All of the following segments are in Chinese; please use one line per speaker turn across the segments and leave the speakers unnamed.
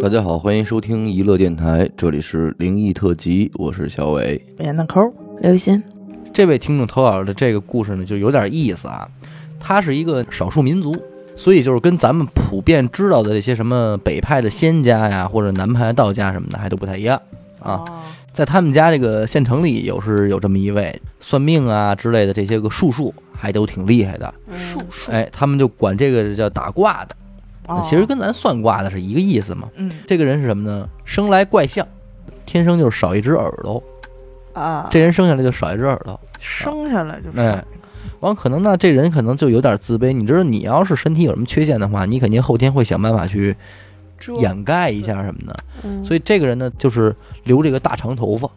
大家好，欢迎收听娱乐电台，这里是灵异特辑，我是小伟。
闫的抠，
刘雨欣，
这位听众投稿的这个故事呢，就有点意思啊。他是一个少数民族，所以就是跟咱们普遍知道的这些什么北派的仙家呀，或者南派的道家什么的，还都不太一样
哦
啊。
啊，
在他们家这个县城里，有是有这么一位算命啊之类的这些个术数，还都挺厉害的。
嗯
树树，
哎，他们就管这个叫打卦的，
哦
其实跟咱算卦的是一个意思嘛。
嗯
这个人是什么呢？生来怪相，天生就是少一只耳朵。
啊，
这人生下来就少一只耳朵，
生下来就是
哎完可能呢，这人可能就有点自卑。你知道，你要是身体有什么缺陷的话，你肯定后天会想办法去
遮
掩盖一下什么的。
嗯，
所以这个人呢，就是留这个大长头发，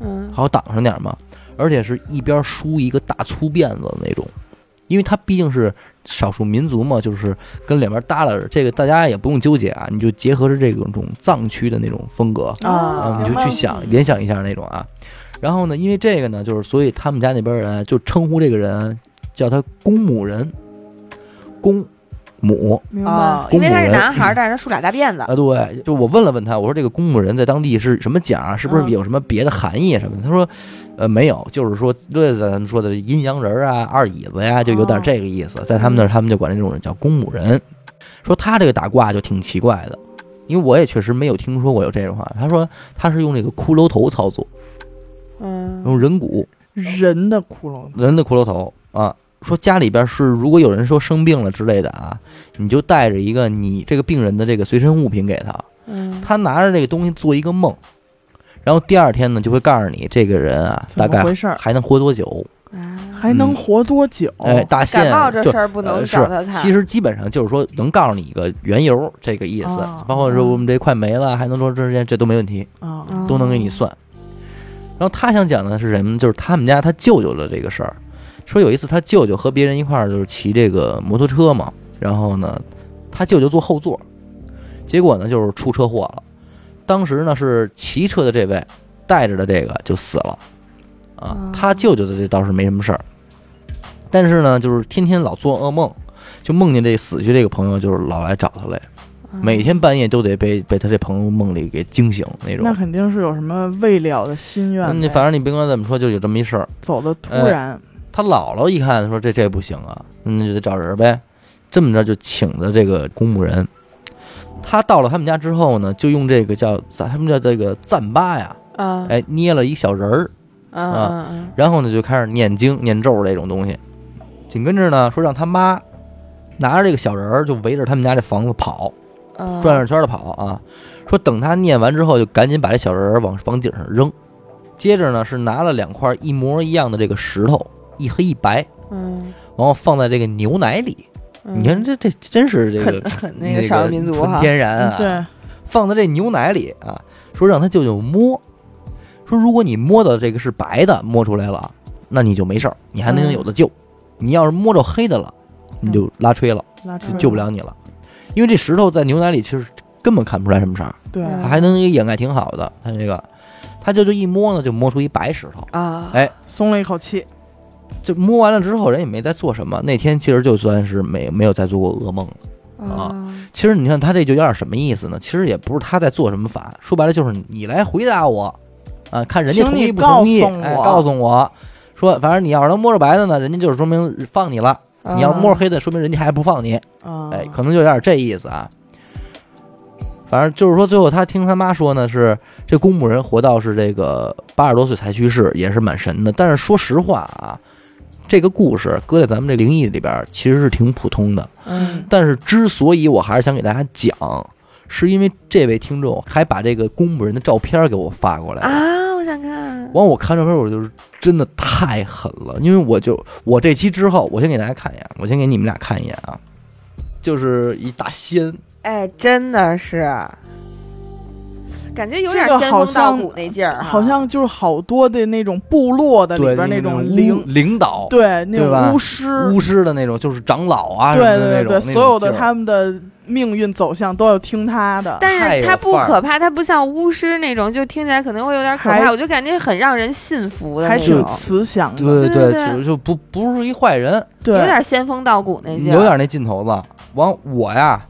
嗯，
好挡上点嘛，而且是一边梳一个大粗辫子那种，因为他毕竟是少数民族嘛，就是跟两边耷拉着，这个大家也不用纠结啊，你就结合着这种藏区的那种风格，
哦
啊
啊，
明
你就
白
去
了
嗯
想联想一下那种啊。然后呢，因为这个呢，就是所以他们家那边人啊就称呼这个人叫他公母人，公母
明白
啊
哦，因为他是
公母人
男孩儿，但是他梳俩大辫子，
啊，对，就我问了问他，我说这个公母人在当地是什么讲，啊是不是
嗯
有什么别的含义啊什么的？他说，呃，没有，就是说，对咱们说的阴阳人啊、二椅子呀、就有点
哦
这个意思，在他们那儿，他们就管这种人叫公母人。说他这个打卦就挺奇怪的，因为我也确实没有听说过有这种话。他说他是用这个骷髅头操作。
嗯，
用人骨
人的骷髅，
人的骷髅头啊。说家里边是如果有人说生病了之类的啊，你就带着一个你这个病人的这个随身物品给他，
嗯，
他拿着这个东西做一个梦，然后第二天呢就会告诉你这个人啊大
怎么
概
回事儿？
还能活多久，
啊
还能活多久？
哎，大
哦感
限
冒这
就
事儿不能
呃
找他
是，
看，
其实基本上就是说能告诉你一个缘由这个意思，
哦
包括说我们这快没了，还能说之间这都没问题。
啊
嗯
都能给你算。然后他想讲的是什么？就是他们家他舅舅的这个事儿，说有一次他舅舅和别人一块儿就是骑这个摩托车嘛，然后呢，他舅舅坐后座，结果呢就是出车祸了。当时呢是骑车的这位带着的这个就死了，啊
哦，
他舅舅的这倒是没什么事儿，但是呢就是天天老做噩梦，就梦见这死去这个朋友就是老来找他来，
嗯
每天半夜都得被被他这朋友梦里给惊醒那种。
那肯定是有什么未了的心愿呗。
嗯，你反正你甭管怎么说，就有这么一事儿。
走的突然，
他姥姥一看说这这不行啊，那就得找人呗。这么着就请的这个公墓人。他到了他们家之后呢，就用这个叫咱他们叫这个赞巴呀，
啊，
哎，捏了一小人儿，
嗯
啊
嗯
然后呢就开始念经、念咒这种东西。紧跟着呢，说让他妈拿着这个小人儿就围着他们家这房子跑，
嗯，
转着圈的跑啊。说等他念完之后，就赶紧把这小人儿往房顶上扔。接着呢，是拿了两块一模一样的这个石头，一黑一白，
嗯，
然后放在这个牛奶里。
嗯，
你看这这真是这个
很很那
那
个少数民族
纯
哈，嗯
天然啊，，
对，
放在这牛奶里啊，说让他舅舅摸，说如果你摸到这个是白的，摸出来了啊，那你就没事儿，你还能
嗯
有的救。你要是摸着黑的了，你就拉吹了，
拉出
就
嗯
来
救不，了你了，因为这石头在牛奶里其实根本看不出来什么色儿。
对，
嗯
他还能掩盖挺好的。他这个，他就就一摸呢，就摸出一白石头。
啊，
哎
松了一口气，
就摸完了之后，人也没再做什么。那天其实就算是没没有再做过噩梦了。
啊，
其实你看他这就有点什么意思呢？其实也不是他在做什么法，说白了就是你来回答我，啊，看人家
请
同
你
意不同意，
告诉我
哎，告诉我。说，反正你要是能摸着白的呢，人家就是说明放你了；啊
嗯
你要摸着黑的，说明人家还不放你。
啊，
哎，可能就有点这意思啊。反正就是说，最后他听他妈说呢，是这公母人活到是这个八十多岁才去世，也是蛮神的。但是说实话啊，这个故事搁在咱们这灵异里边儿其实是挺普通的。
嗯，
但是之所以我还是想给大家讲，是因为这位听众还把这个公母人的照片给我发过来了。
啊，我想看，
嗯完，我看照片我就是真的太狠了，因为我就我这期之后，我先给大家看一眼，我先给你们俩看一眼啊，就是一大仙，
哎，真的是，感觉有点
这个
仙
好
风道
像
骨那劲儿哈，
好像就是好多的那种部落的里
对
边那种
巫
灵，
领导
对，那
对吧
种巫师，
巫师的那种，就是长老啊什么
对
的那
对
种，
对，所有的
那种劲儿
他们的命运走向都要听他的。
太
但
有
是它不
范儿
可怕，它不像巫师那种，就听起来可能会有点可
还
怕。我就感觉很让人信服的
还
那
挺
种，
慈祥的，
对
对对
对，就就不不是一坏人，
对，
有点仙风道骨那劲儿。
有点那劲头子。完我呀，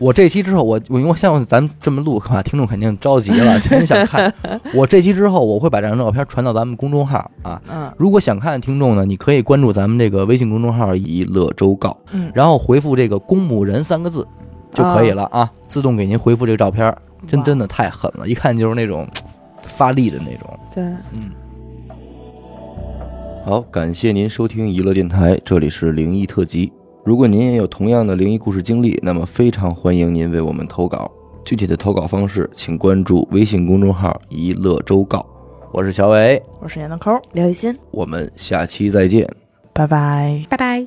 我这期之后，我我因为我像咱们这么录，啊，听众肯定着急 了，真想看。我这期之后，我会把这张照片传到咱们公众号啊。
嗯
如果想看的听众呢，你可以关注咱们这个微信公众号“一乐周告”，
嗯，
然后回复这个“公母人”三个字就可以了啊，自动给您回复这个照片儿。
嗯
真真
的
的太狠了，一看就是那种发力的那种。嗯
对，
好，感谢您收听娱乐电台，这里是灵异特辑。如果您也有同样的灵异故事经历，那么非常欢迎您为我们投稿。具体的投稿方式，请关注微信公众号“一乐周告”。我是小伟，
我是闫德抠，
刘雨欣，
我们下期再见。
拜拜。
拜拜。